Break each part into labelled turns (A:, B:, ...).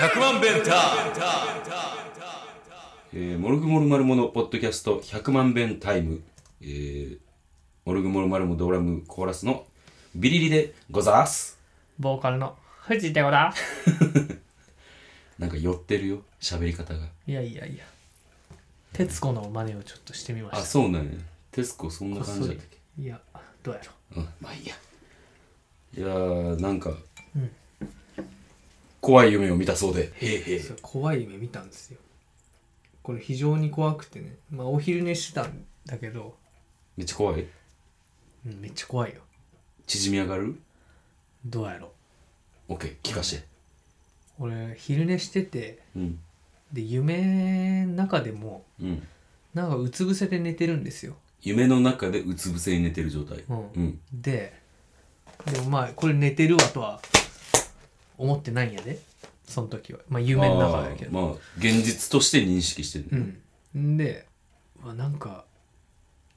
A: 100万ベンター
B: えー、モルグモルマルモのポッドキャスト100万遍タイム、えー、モルグモルマルモドラムコーラスのビリリでござーす。
C: ボーカルの藤でございます
B: なんか寄ってるよ、喋り方が。
C: いやいやいや徹子の真似をちょっとしてみま
B: あ、
C: し
B: そうなんや。テスコそんな
C: た
B: 感じだったっけ
C: いやどうや
B: う
C: ろ
B: ん、まあいいや。いやー、なんか、
C: うん
B: 怖い夢を見たそうで。へえへえ。
C: そう怖い夢見たんですよこれ非常に怖くてねまあお昼寝してたんだけど、
B: めっちゃ怖い
C: うんめっちゃ怖いよ
B: 縮み上がる
C: どうやろ
B: ?OK、聞かして。
C: 俺昼寝してて
B: うん。
C: で夢の中でも
B: うん。
C: なんかうつ伏せで寝てるんですよ、
B: 夢の中でうつ伏せに寝てる状態。
C: うん
B: うん。
C: ででもまあこれ寝てるわとは思ってないんやでその時はまあ夢の中だけど
B: あーまあ、現実として認識してる、
C: うんでうわなんか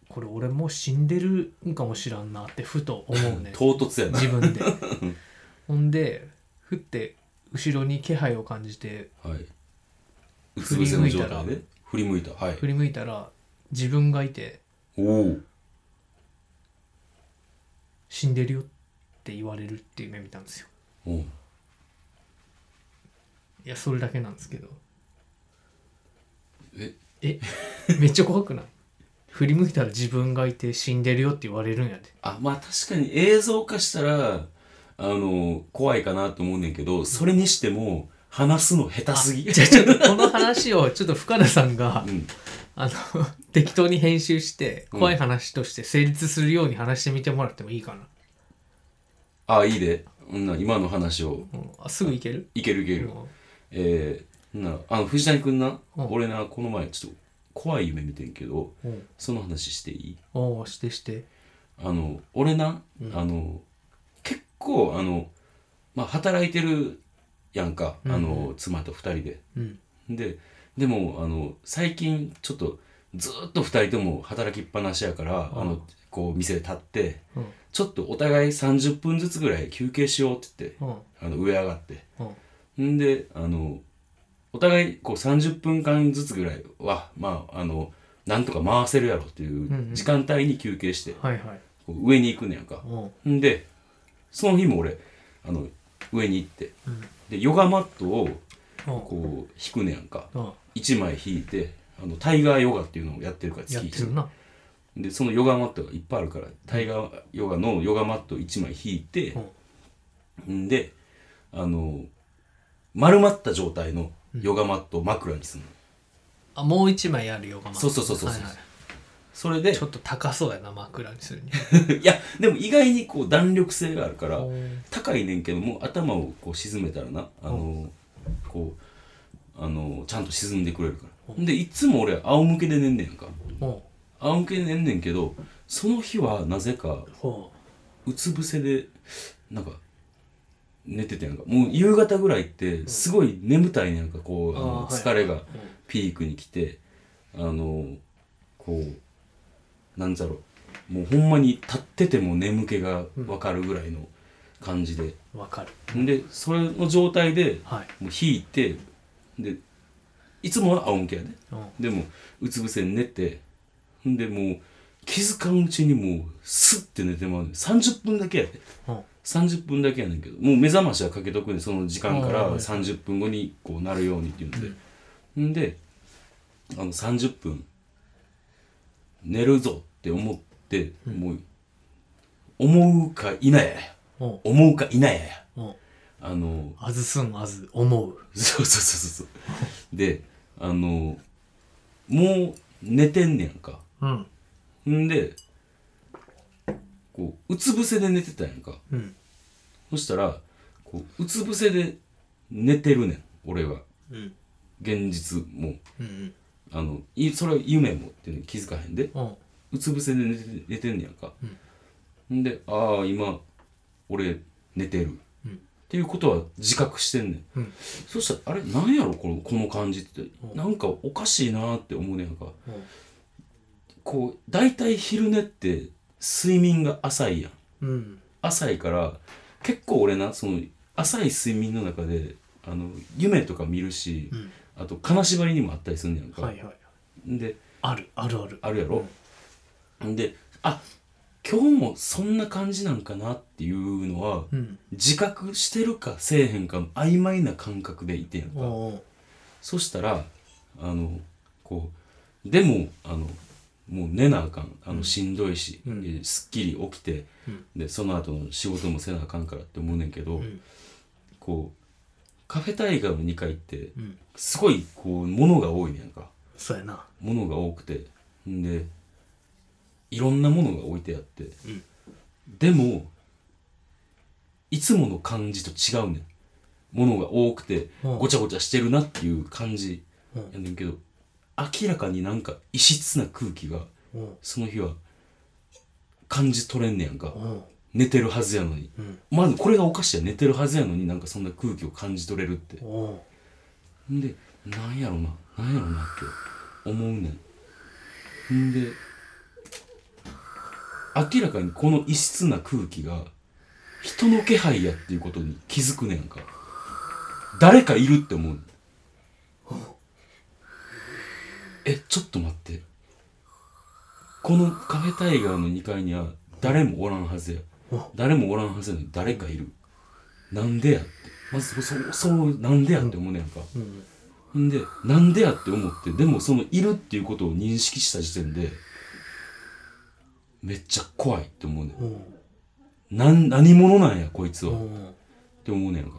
C: これ俺もう死んでるんかもしらんなってふと思うね
B: 唐突やな。
C: 自分 でほんでふって後ろに気配を感じて
B: はいうつ伏せの状態で振り向いたはい
C: 振り向いたら自分がいて
B: おお
C: 死んでるよって言われるっていう夢見たんですよ
B: うん
C: いやそれだけなんですけど
B: え
C: え めっちゃ怖くない振り向いたら自分がいて死んでるよって言われるんやで
B: あまあ確かに映像化したらあの怖いかなと思うねんけどそれにしても話すの下手すぎ
C: じゃあちょっとこの話をちょっと深田さんが、
B: うん
C: あの 適当に編集して怖い話として成立するように話してみてもらってもいいかな、
B: あいいでうんな今の話を
C: うんあすぐいける
B: いけるいける、
C: うん
B: えー、なんならあの藤谷君な、
C: うん
B: 俺なこの前ちょっと怖い夢見てんけど
C: うん
B: その話していい
C: おおしてして
B: あの俺な、あの結構あのまあ働いてるやんか、あの妻と二人で
C: うん
B: ででもあの最近ちょっとずーっと2人とも働きっぱなしやから、あのこう店で立って
C: うん
B: ちょっとお互い30分ずつぐらい休憩しようって言って、
C: うん
B: あの上上がって
C: うん
B: んであのお互いこう30分間ずつぐらいはまああのなんとか回せるやろっていう時間帯に休憩して、
C: はいはい
B: こう上に行くねやんか、
C: うん
B: んでその日も俺あの上に行って
C: うん
B: でヨガマットを
C: うん
B: こう引くねやんか、
C: うん
B: 1枚引いてあのタイガーヨガっていうのをやってるから
C: やっ
B: 月
C: て
B: 一
C: るな
B: でそのヨガマットがいっぱいあるからタイガーヨガのヨガマットを1枚引いて、ん、であの丸まった状態のヨガマットを枕にするの、
C: あもう一枚あるよがま
B: そうそうそうそうそう
C: はいはい
B: それで
C: ちょっと高そうやな枕にする に
B: いやでも意外にこう弾力性があるから
C: おー
B: 高いねんけども頭をこう沈めたらなあのこうあのちゃんと沈んでくれるからでいつも俺仰向けで寝んねやんか
C: ほ
B: 仰向けで寝んねんけどその日はなぜか
C: うほ
B: うつ伏せでなんか寝ててんかもう夕方ぐらいってすごい眠たいねんかこうあの
C: あーは
B: 疲れ
C: い
B: がピークに来てあのこうなんじゃろうもうほんまに立ってても眠気が分かるぐらいの感じで、
C: うわかる
B: でそれの状態で
C: はい
B: もう引いてでいつもは仰向けやで、
C: うん
B: でもうつ伏せに寝てほんでもう気づかんうちにもうスッて寝てまうねん30分だけやで
C: うん
B: 30分だけやねんけどもう目覚ましはかけとくねんその時間か
C: あー
B: ら
C: はい
B: 30分後にこうなるようにっていうので、ん、であの30分寝るぞって思って、もう思うか否やや
C: うん
B: 思うか否やや
C: うん
B: あの
C: あずすんあず思う
B: そうそうそうそうそうであのもう寝てんねやんか
C: うん
B: んでこううつ伏せで寝てたやんか
C: うん
B: そしたらこううつ伏せで寝てるねん俺は
C: うん
B: 現実も
C: うん
B: あのいそれは夢もっていうの気づかへんで
C: うん
B: うつ伏せで寝て寝てんねやんか、んでああ今俺寝てる、っていうことは自覚してんねん、
C: うん
B: そしたらあれなんやろこのこの感じって、なんかおかしいなーって思うねんやんか、
C: うん
B: こう大体昼寝って睡眠が浅いやん
C: うん
B: 浅いから結構俺なその浅い睡眠の中であの夢とか見るし、
C: うん
B: あと金縛りにもあったりすんねやんか、
C: はいはい
B: で
C: あるあるある
B: あるやろ、であ今日もそんな感じなんかなっていうのは、
C: うん
B: 自覚してるかせえへんかの曖昧な感覚でいてんやんか、
C: おう
B: そしたらあのこうでもあのもう寝なあかんあのしんどいし、
C: うん
B: えーすっきり起きて、
C: うん
B: でその後の仕事もせなあかんからって思うねんけど、
C: ん
B: こうカフェタイガーの2階って
C: おううん
B: すごいこう物が多いねやんか
C: そうやな
B: 物が多くてんでいろんなものが置いてあって、
C: ん
B: でもいつもの感じと違うねん物が多くて
C: うん
B: ごちゃごちゃしてるなっていう感じ
C: うん
B: やねんけど明らかになんか異質な空気が
C: おう
B: その日は感じ取れんねやんか
C: おう
B: 寝てるはずやのに
C: うん
B: まずこれがおかしいやん寝てるはずやのになんかそんな空気を感じ取れるって
C: おうん
B: でなんやろななんやろなって思うねんんで明らかにこの異質な空気が人の気配やっていうことに気づくねんか誰かいるって思うねんえちょっと待ってこのカフェタイガーの2階には誰もおらんはずや誰もおらんはずやのに誰かいるなんでやってまずそそそうなんでやって思うねんか、
C: うん
B: んで、なんでやって思って、でもそのいるっていうことを認識した時点で、めっちゃ怖いって思うね
C: お
B: ん。
C: う
B: なん、何者なんや、こいつ
C: お
B: は。っ
C: う
B: て思うねんか。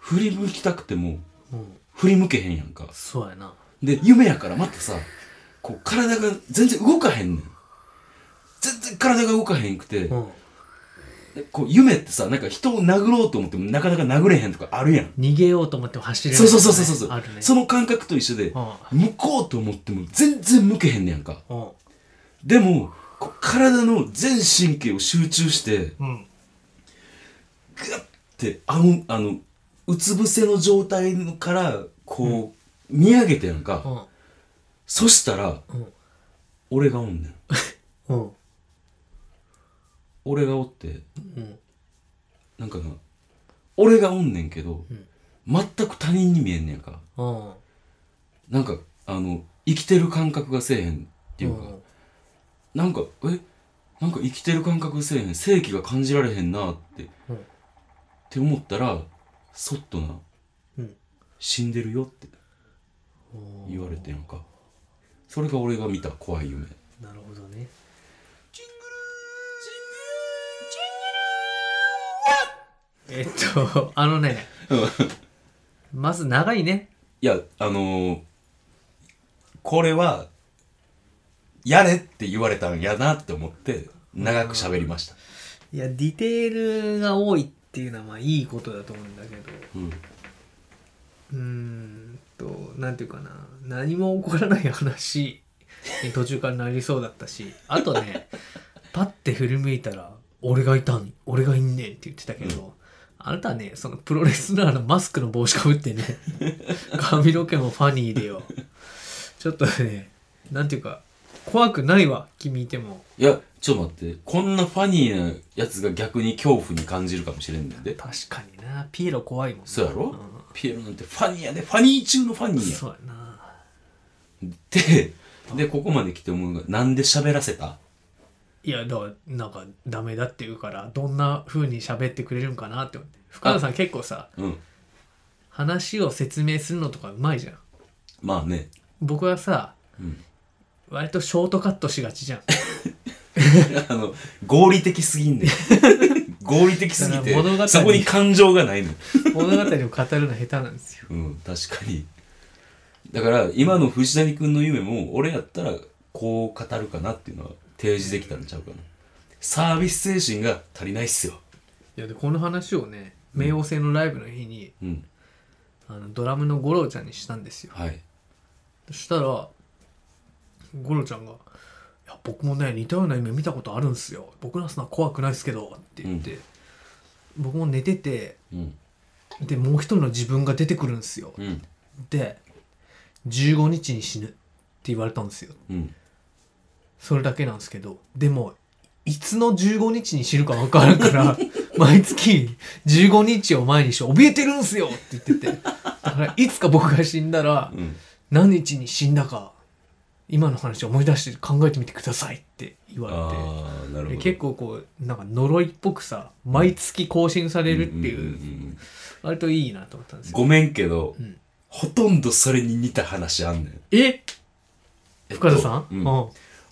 B: 振り向きたくても、
C: おうん
B: 振り向けへんやんか。
C: そうやな
B: で、夢やからまたさ、こう、体が全然動かへんねん。全然体が動かへんくて、
C: うん
B: でこう、夢ってさ、なんか人を殴ろうと思ってもなかなか殴れへんとかあるやん。
C: 逃げようと思っても走れない
B: そうそうそうそうそう。
C: あるね
B: その感覚と一緒で、
C: う
B: 向こうと思っても全然向けへんねやんか。
C: んうん
B: でも、こう体の全神経を集中して、
C: うん
B: ぐって、あの、あの、うつ伏せの状態から、こう、見上げてやんか。
C: うん
B: そしたら、
C: うん
B: 俺がおんねん。
C: うん
B: 俺がおって、
C: うん
B: なんかな、俺がおんねんけど、
C: うん
B: 全く他人に見えんねやんか。
C: うん
B: なんか、あの、生きてる感覚がせえへんっていうか、
C: うん
B: なんか、えなんか生きてる感覚せえへん、正気が感じられへんなって、
C: うん
B: って思ったら、そっとな、
C: うん
B: 死んでるよって
C: お
B: 言われてんか。それが俺が見た怖い夢。
C: うなるほどねえっとあのねまず長いね
B: いや、あのー、これは、やれって言われたんやなって思って、長く喋りました。
C: いやディテールが多いっていうのはまあいいことだと思うんだけど
B: うん。
C: うーんとなんていうかな何も起こらない話に途中からなりそうだったし あとねパッて振り向いたら「俺がいたん俺がいんねん」って言ってたけど、あなたねそのプロレスラーのマスクの帽子かぶって ね髪の毛もファニーでよちょっとねなんていうか怖くないわ君いても
B: いや、ちょっと待って、こんなファニーなやつが逆に恐怖に感じるかもしれんねんで。
C: 確かになピエロ怖いもんな
B: そうやろ、ピエロなんてファニーやで、ファニー中のファニ
C: うん
B: ーや。
C: そうやな
B: で、で、ここまで来て思うのが、なんで喋らせた
C: いやだからなんかダメだって言うからどんな風に喋ってくれるんかなって思って深田さん結構さ
B: うん。
C: 話を説明するのとかうまいじゃん
B: まあね。
C: 僕はさ、
B: うん
C: 割とショートカットしがちじゃ ん
B: あの、合理的すぎ んねん。合理的すぎて
C: だから物語、に
B: そこに感情がないの。
C: 物語を語るの下手なんですよ
B: うん、確かに。だから、今の藤谷君の夢も、俺やったら、こう語るかなっていうのは、提示できたんちゃうかな。サービス精神が足りないっすよ。
C: いやでこの話をね冥王星のライブの日に、
B: うん。
C: あのドラムの五郎ちゃんにしたんですよ
B: はい。
C: そしたら五郎ちゃんが「いや僕もね似たような夢見たことあるんすよ僕のはそんな怖くないっすけど」って言って、僕も寝てて
B: うん。
C: でもう一人の自分が出てくるんですよ、
B: うん。
C: で15日に死ぬって言われたんですよ
B: うん。
C: それだけなんですけどでもいつの15日に死ぬか分からんから毎月15日を前にして怯えてるんすよって言ってて。だからいつか僕が死んだら、
B: うん
C: 何日に死んだか、今の話を思い出して考えてみてくださいって言われて。
B: ああなるほ
C: で
B: ど
C: 結構こうなんか呪いっぽくさ毎月更新されるっていう,、
B: んんんん
C: 割といいなと思ったんですよ
B: ごめんけど、
C: うん
B: ほとんどそれに似た話あんねん
C: え
B: えっと
C: 深田さん、
B: うん
C: うん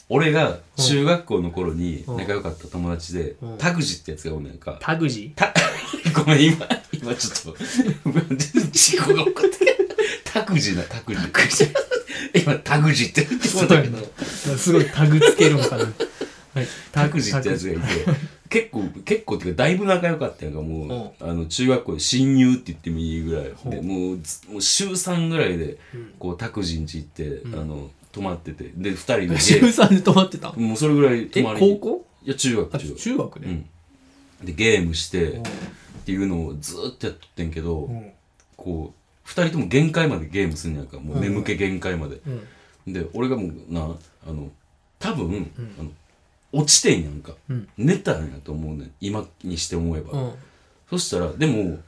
B: 俺が中学校の頃に
C: うん
B: 仲良かった友達で、
C: うん
B: タグジってやつがおんねんか、
C: タグジ
B: たごめん今今ちょっと事故が起こったタクジなタクジ今タグジって言っても
C: そう
B: うた
C: だ
B: け
C: け
B: ど
C: どすごいタグつけるの かな、はい、
B: タクジってやつがいて結構結構っていうかだいぶ仲良かったんやんかもう、あの中学校で親友って言ってもいいぐらい、
C: ほう
B: でもうずもう週3ぐらいで
C: うん
B: こうタクジん家行って、
C: ん
B: あの泊まっててで2人で
C: 週3で泊まってた
B: もうそれぐらい
C: え
B: 泊まり
C: 高校
B: いや中学
C: あ
B: 中学
C: 中学
B: う
C: ね、
B: ん、でゲームして
C: う
B: っ
C: ん
B: ていうのをずーっとやっとってんけど、
C: うん
B: こう2人とも限界までゲームすんねやんかもう眠気限界まで、
C: うん
B: で俺がもうなあの多分、あの落ちてんやんか、
C: うん
B: 寝たんやと思うねん今にして思えば、
C: うん
B: そしたらでも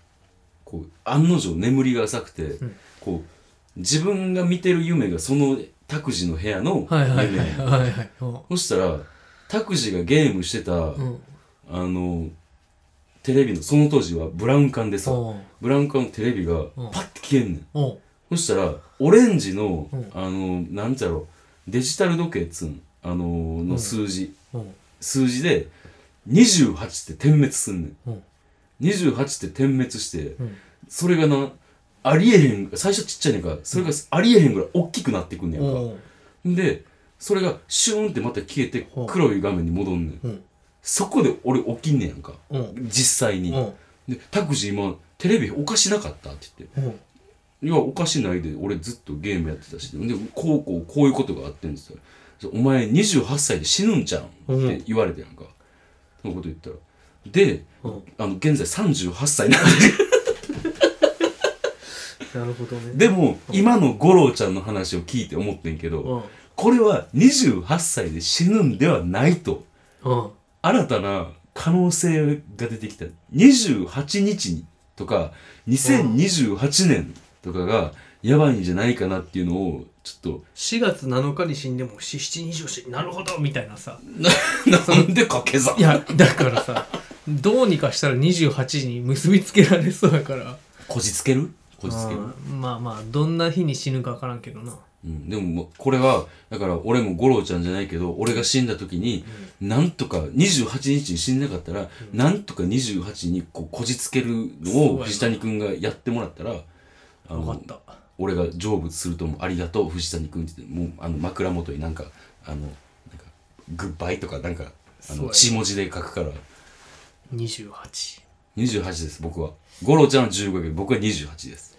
B: こう案の定眠りが浅くて、
C: ん
B: こう自分が見てる夢がその拓司の部屋の
C: はい
B: 夢
C: はい
B: や
C: はい
B: ん
C: はいはいはいう
B: そ
C: ん
B: したら拓司がゲームしてた、
C: うん
B: あのテレビのその当時はブラウン管でさ、
C: うん
B: ブラウン管のテレビが
C: うん
B: パッて消えんねん、
C: うん
B: そしたら、オレンジの、
C: うん
B: あの、なんちゃろ、デジタル時計っつうん、あのーの数字、
C: うん
B: 数字で、28って点滅すんね
C: うん
B: ん。28って点滅して、
C: うん
B: それがな、ありえへん、最初ちっちゃいねんか、それがありえへんぐらい大きくなってくんねん
C: う
B: か。
C: ん
B: で、それがシューンってまた消えて
C: うん、
B: 黒い画面に戻んねん。
C: うん
B: そこで俺起きんねやんか。
C: うん
B: 実際に。
C: うん
B: で、タクジ今、テレビおかしなかったって言って。
C: うん
B: いや、おかしないで、俺ずっとゲームやってたし、で、こうこう、こういうことがあってんですよ。そうお前28歳で死ぬんちゃうんって言われてやんか。そのこと言ったら。で、
C: うん
B: あの、現在38歳なん
C: なるほどね
B: で、でも、今の五郎ちゃんの話を聞いて思ってんけ
C: う
B: ど、
C: ん
B: これは28歳で死ぬんではないと。
C: うん
B: 新たな可能性が出てきた。28日にとか、2028年とかが、やばいんじゃないかなっていうのを、ちょっと、
C: 4月7日に死んでも7日に死んなるほどみたいなさ
B: なんで掛け算
C: いやだからさどうにかしたら28時に結びつけられそうだから
B: こじつけるこじつける、
C: うんまあまあどんな日に死ぬか分からんけどな
B: うん、でももうこれはだから俺も五郎ちゃんじゃないけど俺が死んだ時に、なんとか28日に死んなかったら、なんとか28にこうこじつける
C: そう
B: の
C: や
B: を
C: な
B: 藤谷君がやってもらったらあ
C: 分
B: の
C: かった
B: 俺が成仏するともありがとう藤谷君って言ってもうあの枕元になんかあのなんかグッバイとかなんかあ
C: そうや
B: の
C: な
B: 血文字で書くから
C: 28
B: 28です僕は五郎ちゃんは15やけど僕は28です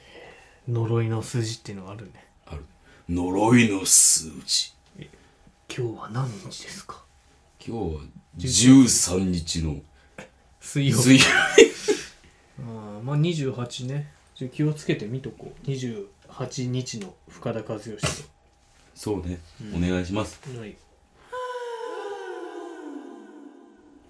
C: 呪いの数字っていうのがあるね
B: ある呪いの数字
C: 今日は何日ですか
B: 今日は13日の
C: 水曜日
B: 水曜日
C: あーまあ28ねちょ気をつけてみとこう28日の深田和義
B: そうね、お願いします
C: とないい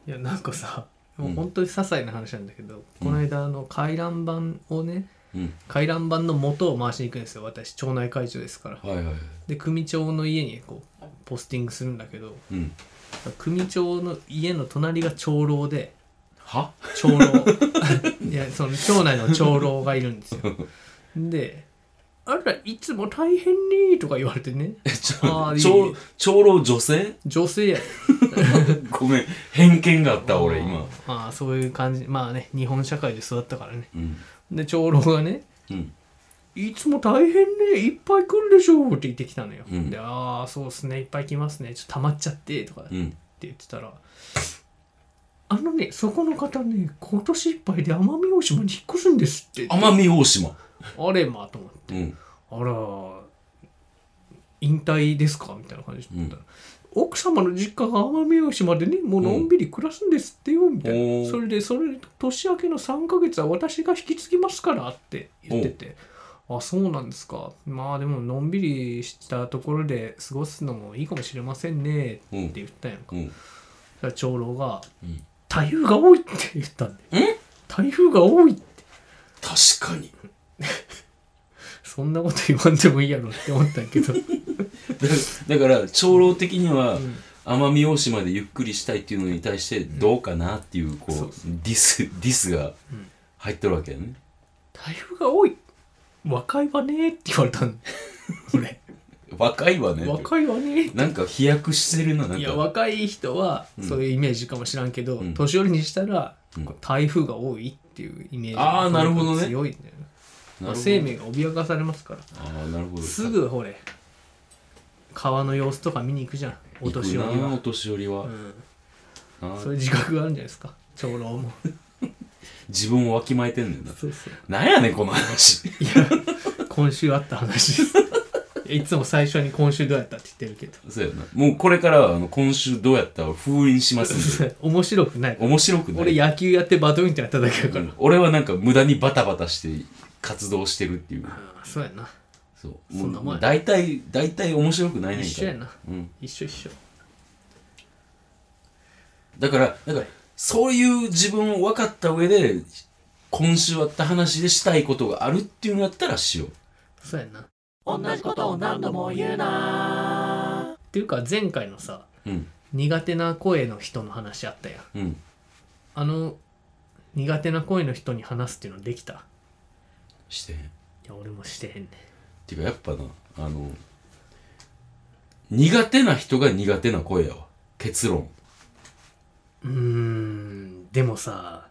C: やなんかさもう本当に些細な話なんだけど、この間あの回覧板をね
B: うん
C: 回覧板の元を回しに行くんですよ私町内会長ですから
B: はいはいはい
C: で組長の家にこうポスティングするんだけど
B: うん
C: 組長の家の隣が長老で
B: は
C: 長老いやその町内の長老がいるんですよで「あらいつも大変ね」とか言われてねあーいい
B: 長長老女性
C: 女性や
B: ごめん偏見があった俺今
C: まあそういう感じまあね日本社会で育ったからね
B: うん
C: で長老がね
B: うん
C: いつも大変ね、いっぱい来るでしょうって言ってきたのよ。
B: うん
C: で、ああ、そうっすね、いっぱい来ますね、ちょっと溜まっちゃってとかって
B: うん
C: 言ってたら、あのね、そこの方ね、今年いっぱいで奄美大島に引っ越すんですって。
B: 奄美大島
C: あれまあと思って、
B: うん
C: あら、引退ですかみたいな感じで言ったら、奥様の実家が奄美大島でね、もうのんびり暮らすんですってよ、みたいな。
B: おー
C: それで、それ、年明けの3ヶ月は私が引き継ぎますからって言ってて、あ、そうなんですか。まあでも、のんびりしたところで過ごすのもいいかもしれませんね、って言ったんやんか。
B: うん
C: そしたら長老が、
B: うん
C: 台風が多いって言ったんで。台風が多いって。
B: 確かに。
C: そんなこと言わんでもいいやろって思ったけ ど。
B: だだから、長老的には、
C: ん
B: 奄美大島でゆっくりしたいっていうのに対して、どうかなっていう、こう、
C: そうそ
B: ディス、ディスが入ってるわけだね。
C: 台風が多い。若いわねーって言われたんで。俺。
B: 若いわね。
C: 若いわねーって。
B: なんか飛躍してるな、なん
C: いや、
B: か。
C: 若い人はそういうイメージかもしらんけど、
B: うん
C: 年寄りにしたら、
B: うん
C: こう台風が多いっていうイメージ
B: あーなるほどね
C: 強いんだよね。
B: なるほど
C: 生命が脅かされますから。
B: ああ、なるほど。
C: すぐほれ川の様子とか見に行くじゃんお年寄
B: 行
C: り
B: くなお
C: は、
B: 年寄りは
C: う。ん、
B: な
C: そういう自覚があるんじゃないですか長老も
B: 自分をわきまえてんねんな。
C: そうそう
B: なんやねん、この話。
C: いや今週あった 話ですいやいつも最初に今週どうやったって言ってる
B: そうやな。もうこれからは、あの、今週どうやったを封印しますん
C: け
B: で。
C: ど面白くない
B: 面白くない。
C: 俺野球やってバドミントンやっただけだから、
B: うん俺はなんか無駄にバタバタして活動してるっていう。
C: あーそうやな
B: そう。
C: そんなもんや
B: もう大体、大体面白くないねんから。
C: 一緒やな
B: うん。
C: 一緒一緒
B: だから、だから、そういう自分を分かった上で、今週あった話でしたいことがあるっていうんだったらしよう。
C: そうやなっ
D: 同じことを何度も言うな
C: ていうか前回のさ
B: うん。
C: 苦手な声の人の話あったやん
B: うん。
C: あの苦手な声の人に話すっていうのできた
B: してへん。
C: いや俺もしてへんね
B: ていうかやっぱな、あの、苦手な人が苦手な声やわ。結論。
C: うーんでもさ、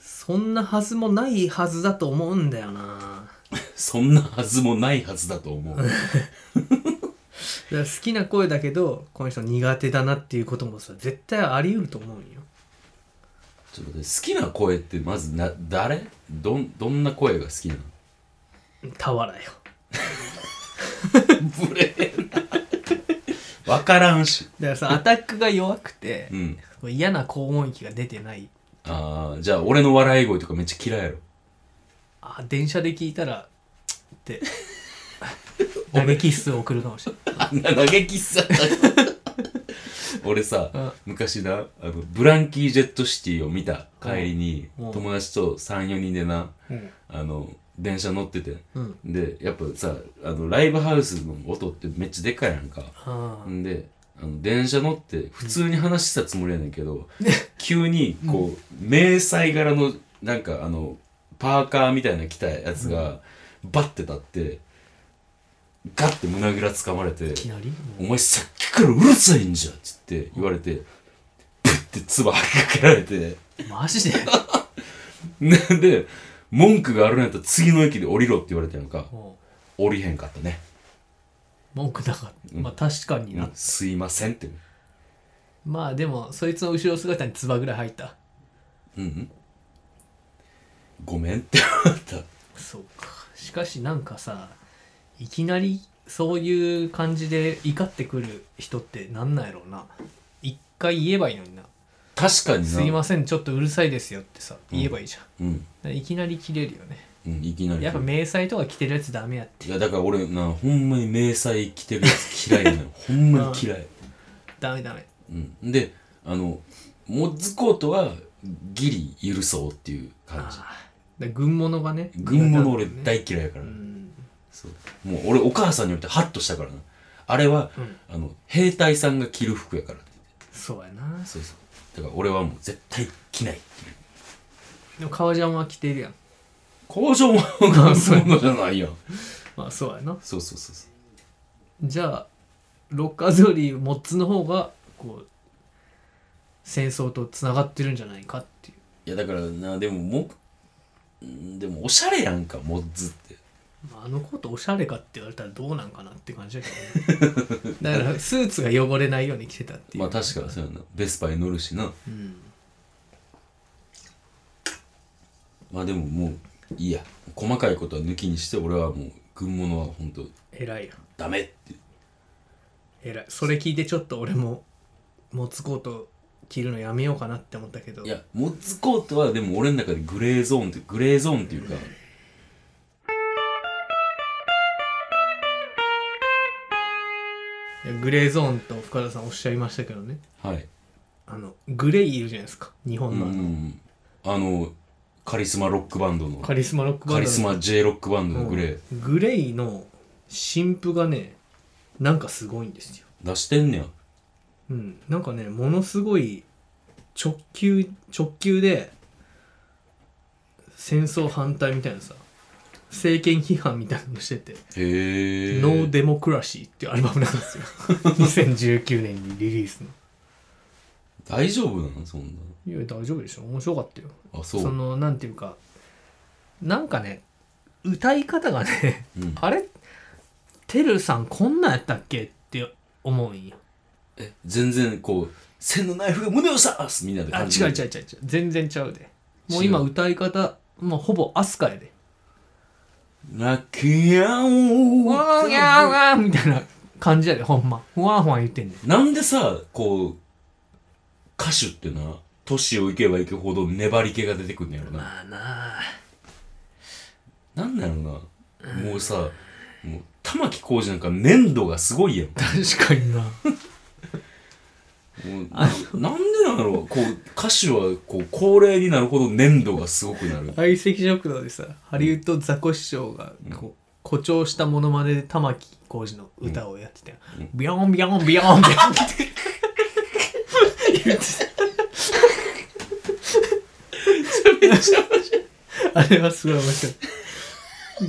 C: そんなはずもないはずだと思うんだよな
B: そんなはずもないはずだと 思う。
C: だから好きな声だけどこの人苦手だなっていうこともさ絶対あり得ると思うんよ
B: ちょっと待って好きな声ってまずな誰どんどんな声が好きなの
C: 俵よ
B: ブレ ーな分からんし
C: だからさアタックが弱くて
B: う、ん
C: 嫌な高音域が出てない
B: ああじゃあ俺の笑い声とかめっちゃ嫌い やろ
C: あ電車で聞いたらつって おめキッスを送るかもしれない
B: あんな嘆きさ 俺さ、
C: うん
B: 昔なあのブランキー・ジェット・シティを見た帰りに、
C: うんうん
B: 友達と34人でな、
C: うん
B: あの電車乗ってて、
C: うん
B: でやっぱさあのライブハウスの音ってめっちゃでかいやんか、
C: あー
B: んであの電車乗って普通に話してたつもりやねんけど、急にこう、迷彩柄のなんかあのパーカーみたいな着たやつが、バッて立ってガッて胸ぐらつかまれて
C: いきなり
B: 「お前さっきからうるさいんじゃ」っつって言われて、プッて唾吐きかけられて
C: マジで
B: なんで文句があるんやったら次の駅で降りろって言われたやんか
C: も
B: 降りへんかったね
C: う文句なかった、まあ確かにな、
B: 「すいません」って
C: まあでもそいつの後ろ姿に唾ぐらい入った
B: 「ごめん」って言われた
C: そうかしかしなんかさいきなりそういう感じで怒ってくる人ってなんなんやろうな一回言えばいいのにな
B: 確かに
C: 「
B: な
C: すいませんちょっとうるさいですよ」ってさ言えばいいじゃん、
B: うん、
C: だからいきなり切れるよね
B: うん、いきなり
C: やっぱ迷彩とか着てるやつダメやって
B: いやだから俺なほんまに迷彩着てるやつ嫌いなのよほんまに嫌い、
C: ダメダメ
B: うん、であのモッズコートはギリ許そうっていう
C: あ
B: 感じ
C: あだから軍物がね
B: 軍物俺
C: 苦手なんだよね
B: 大嫌いやから、
C: うん
B: そうもう俺お母さんによってハッとしたからなあれは、あの兵隊さんが着る服やからって
C: そうやな
B: そうそうだから俺はもう絶対着ないっていう
C: でも革ジャンは着てるやん
B: 工場もの そういうのじゃないやん
C: まあそうやな
B: そうそうそうそう
C: じゃあロッカーズよりモッツの方がこう戦争とつながってるんじゃないかっていう
B: いやだからなでももううんでもおしゃれやんかモッズって
C: まああのコートおしゃれかって言われたらどうなんかなって感じだけ どねだからスーツが汚れないように着てたっていう
B: まあ確かにそうやなベスパに乗るしな
C: うん
B: まあでももういいや細かいことは抜きにして俺はもう軍物は本当
C: 偉いよ
B: ダメって
C: 偉いそれ聞いてちょっと俺もモッツコート着るのやめようかなって思ったけど
B: いやモッツコートはでも俺の中でグレーゾーンってグレーゾーンっていうか
C: いやグレーゾーンと深田さんおっしゃいましたけどね
B: はい
C: あのグレイいるじゃないですか日
B: う
C: 本
B: ん
C: の、
B: うんあのカリスマロックバンドの
C: カリスマロックバンドの
B: カリスマ J ロックバンドのグレー
C: うんグレイの新譜がねなんかすごいんですよ、
B: 出してんねや
C: うん、なんかねものすごい直球直球で戦争反対みたいなさ政権批判みたいなのしてて「
B: へえ
C: No Democracy」っていうアルバム なんですよ2019年にリリースの
B: 大丈夫なのそんない
C: や大丈夫でしょ面白かったよ
B: あそ
C: そうのなんていうかなんかね歌い方がね
B: うん
C: あれてるさんこんなんやったっけって思うんよ
B: え全然こう「線のナイフが胸を刺す!」みたいな
C: あ違
B: 感
C: う
B: じ
C: 違う違う違う全然ちゃうでもう
B: 違う
C: 今歌い方もうほぼアスカやで
B: ラッキーヤン
C: 「わーやーわー」みたいな感じやでほんまふわふわ言ってんねん
B: なんでさこう歌手ってな年をいけばいくほど粘り気が出てくんねやろな
C: まあなあ
B: なんだろなもうさもう玉置浩二なんか粘土がすごいやん
C: 確かにな
B: もうななんでなんだろうこう歌手はこう高齢になるほど粘土がすごくなる
C: 相席食堂でさハリウッドザコシショウがこう誇張したモノマネで玉置浩二の歌をやってたよ、ビヨンビヨンビヨンビヨンあれはすごい面白い。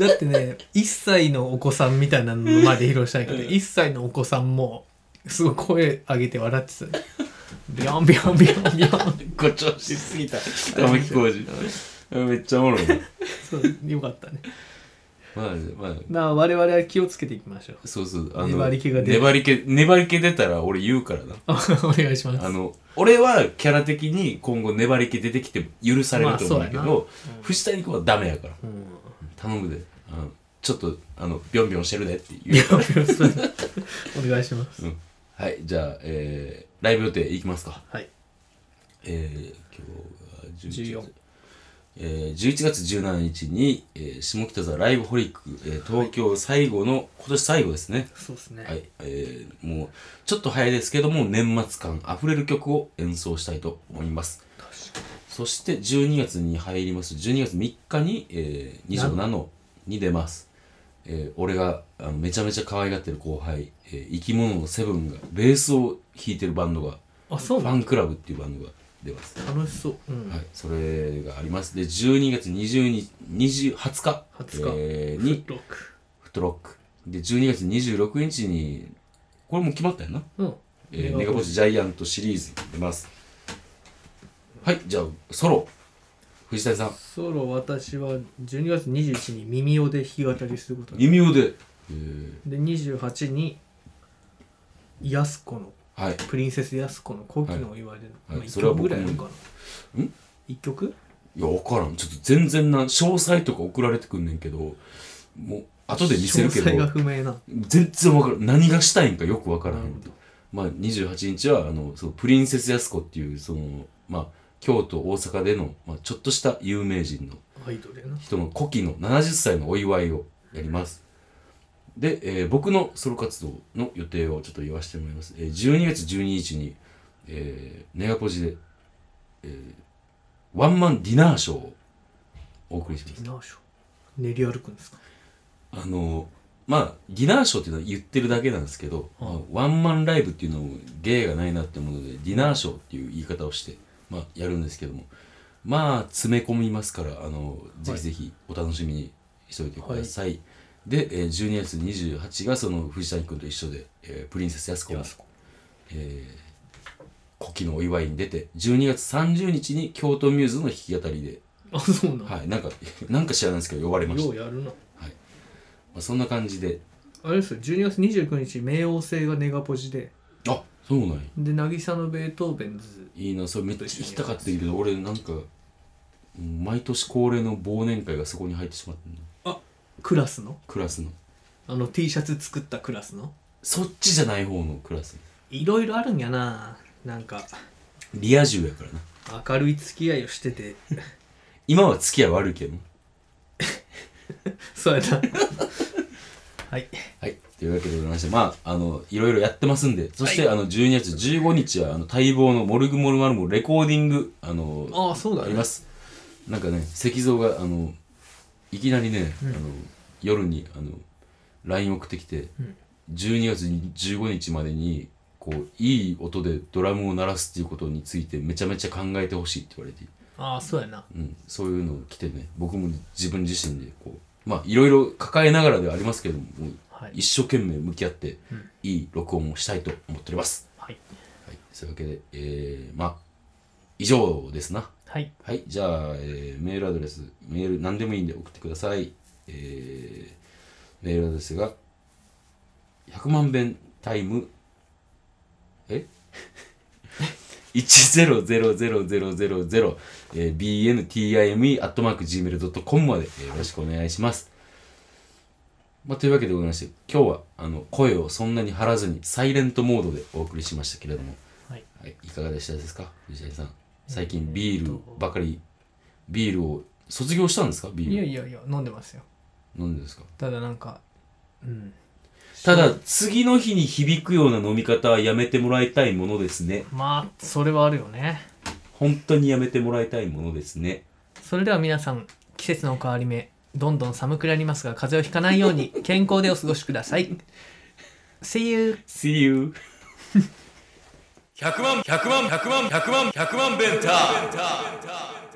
C: だってね、1歳のお子さんみたいなのまで披露したいけど、1歳のお子さんも、すごい声上げて笑ってた。ビョンビョンビョンビョン。
B: 誇張しすぎた玉置浩二めっちゃおもろいな
C: そう、よかったね。
B: まあまあ
C: まあ、我々は気をつけていきましょう。
B: そうそうあの
C: 粘り気が出る
B: 粘り気粘り気出たら俺言う からな
C: お願いします。
B: あの俺はキャラ的に今後粘り気出てきて許されると思うんだけど、
C: まあそう
B: 藤谷君はダメやから
C: うん
B: 頼むであのちょっとあのビョンビョンしてるでって言うから
C: お願いします。
B: うんはいじゃあ、えー、ライブ予定いきますか
C: はい。
B: えー、今日が11
C: 14
B: 月、えー、11月17日に、えー下北沢ライブホリック、えー東京最後の、今年最後ですね
C: そうですね。
B: はい、えー、もうちょっと早いですけども年末感あふれる曲を演奏したいと思いますそして12月に入ります12月3日に、えー、27のに出ます、えー俺があのめちゃめちゃ可愛がってる後輩、えー生き物のセブンがベースを弾いてるバンドが
C: あ、そう
B: ファンクラブっていうバンドが出ます、
C: 楽しそう。うん。
B: はい、それがありますで12月20日20 20日
C: 20日
B: えー
C: フッ
B: に
C: トロック
B: フットロックで12月26日にこれもう決まったよな
C: うん。
B: えー、ネガポジジャイアントシリーズ出ますはいじゃあソロ藤谷さん
C: ソロ私は12月21日に耳をで弾き語りすることに
B: 耳をで、えー、
C: で28にやす子の
B: はい
C: プリンセスやす子の古希のお祝いで、
B: はい
C: まあ、1
B: それは
C: 曲
B: 僕
C: ぐ
B: も
C: らいあるかな
B: うん
C: 一曲
B: いや分からんちょっと全然な詳細とか送られてくんねんけどもう後で見せるけ
C: 詳細が
B: ど
C: 不明な
B: 全然分からん何がしたいんかよく分からん
C: なるほど
B: まあ28日はあのそうプリンセスやす子っていうそのまあ京都大阪での、まあ、ちょっとした有名人の
C: アイドルやな
B: 人の古希の70歳のお祝いをやります。で、えー僕のソロ活動の予定をちょっと言わせてもらいます。えー12月12日に、えーネガポジで、えーワンマンディナーショーをお送りしま
C: デ
B: す
C: ィ。ナーショー練り歩くんですか
B: あのーまあ、ディナーショーっていうのは言ってるだけなんですけど、
C: うん
B: まあワンマンライブっていうのも芸がないなって思うので、ディナーショーっていう言い方をして、まあ、やるんですけども、まあ、詰め込みますから、あのぜひぜひお楽しみにしておいてください。で、えー12月28日がその藤谷君と一緒で、えープリンセス安子の、えー、古希のお祝いに出て、12月30日に京都ミューズの弾き語りで、
C: あそうなの、
B: はい、なんか、なんか知らないんですけど、呼ばれました。
C: よ
B: ま
C: うやるな
B: あ、そんな感じで、
C: あれですよ12月29日冥王星がネガポジで
B: あそうなんや
C: で渚のベートーベンズ
B: いいなそれめっちゃ行きたかったんやけど俺なんかうん毎年恒例の忘年会がそこに入ってしまったんだ
C: クラスの
B: クラスの
C: あの T シャツ作ったクラスの
B: そっちじゃない方のクラス
C: いろいろあるんやななんか
B: リア充やからな
C: 明るい付き合いをしてて
B: 今は付き合い悪いけどな
C: そうやな はい
B: はいというわけでございまして、まあ、あの、いろいろやってますんで、そして、あの、12月15日は、あの、待望のモルグモルマルモレコーディング、あの、
C: ああそうだ
B: あ
C: ね
B: ります。なんかね、石像が、あの、いきなりね、あの、夜に、あの、LINE 送ってきて、12月15日までに、こう、いい音でドラムを鳴らすっていうことについて、めちゃめちゃ考えてほしいって言われて、
C: ああそうやな
B: うん、そういうのを来てね、僕も自分自身で、こう、まあ、いろいろ抱えながらではありますけども、もう
C: はい
B: 一生懸命向き合って、いい録音をしたいと思っております。
C: はい
B: はい、そういうわけで、えー、まあ、以上ですな。
C: はい
B: はい、じゃあ、えーメールアドレス、メール何でもいいんで送ってください。えーメールアドレスが、100万遍タイム、え ?10000000、えー、bntime.gmail.com まで、えーよろしくお願いします。まあ、というわけでございまして、今日はあの声をそんなに張らずに、サイレントモードでお送りしましたけれども、
C: はい
B: はい、いかがでしたですか藤谷さん最近ビールばかりビールを卒業したんですかビ
C: いや
B: ール
C: いやいや飲んでますよ
B: 飲んでですか
C: ただなんかうん
B: ただ次の日に響くような飲み方はやめてもらいたいものですね
C: まあそれはあるよね
B: 本当にやめてもらいたいものですね
C: それでは皆さん季節の変わり目どんどん寒くなりますが風邪をひかないように健康でお過ごしください See you!
B: See you
A: 100万100万100万100万100万ベンター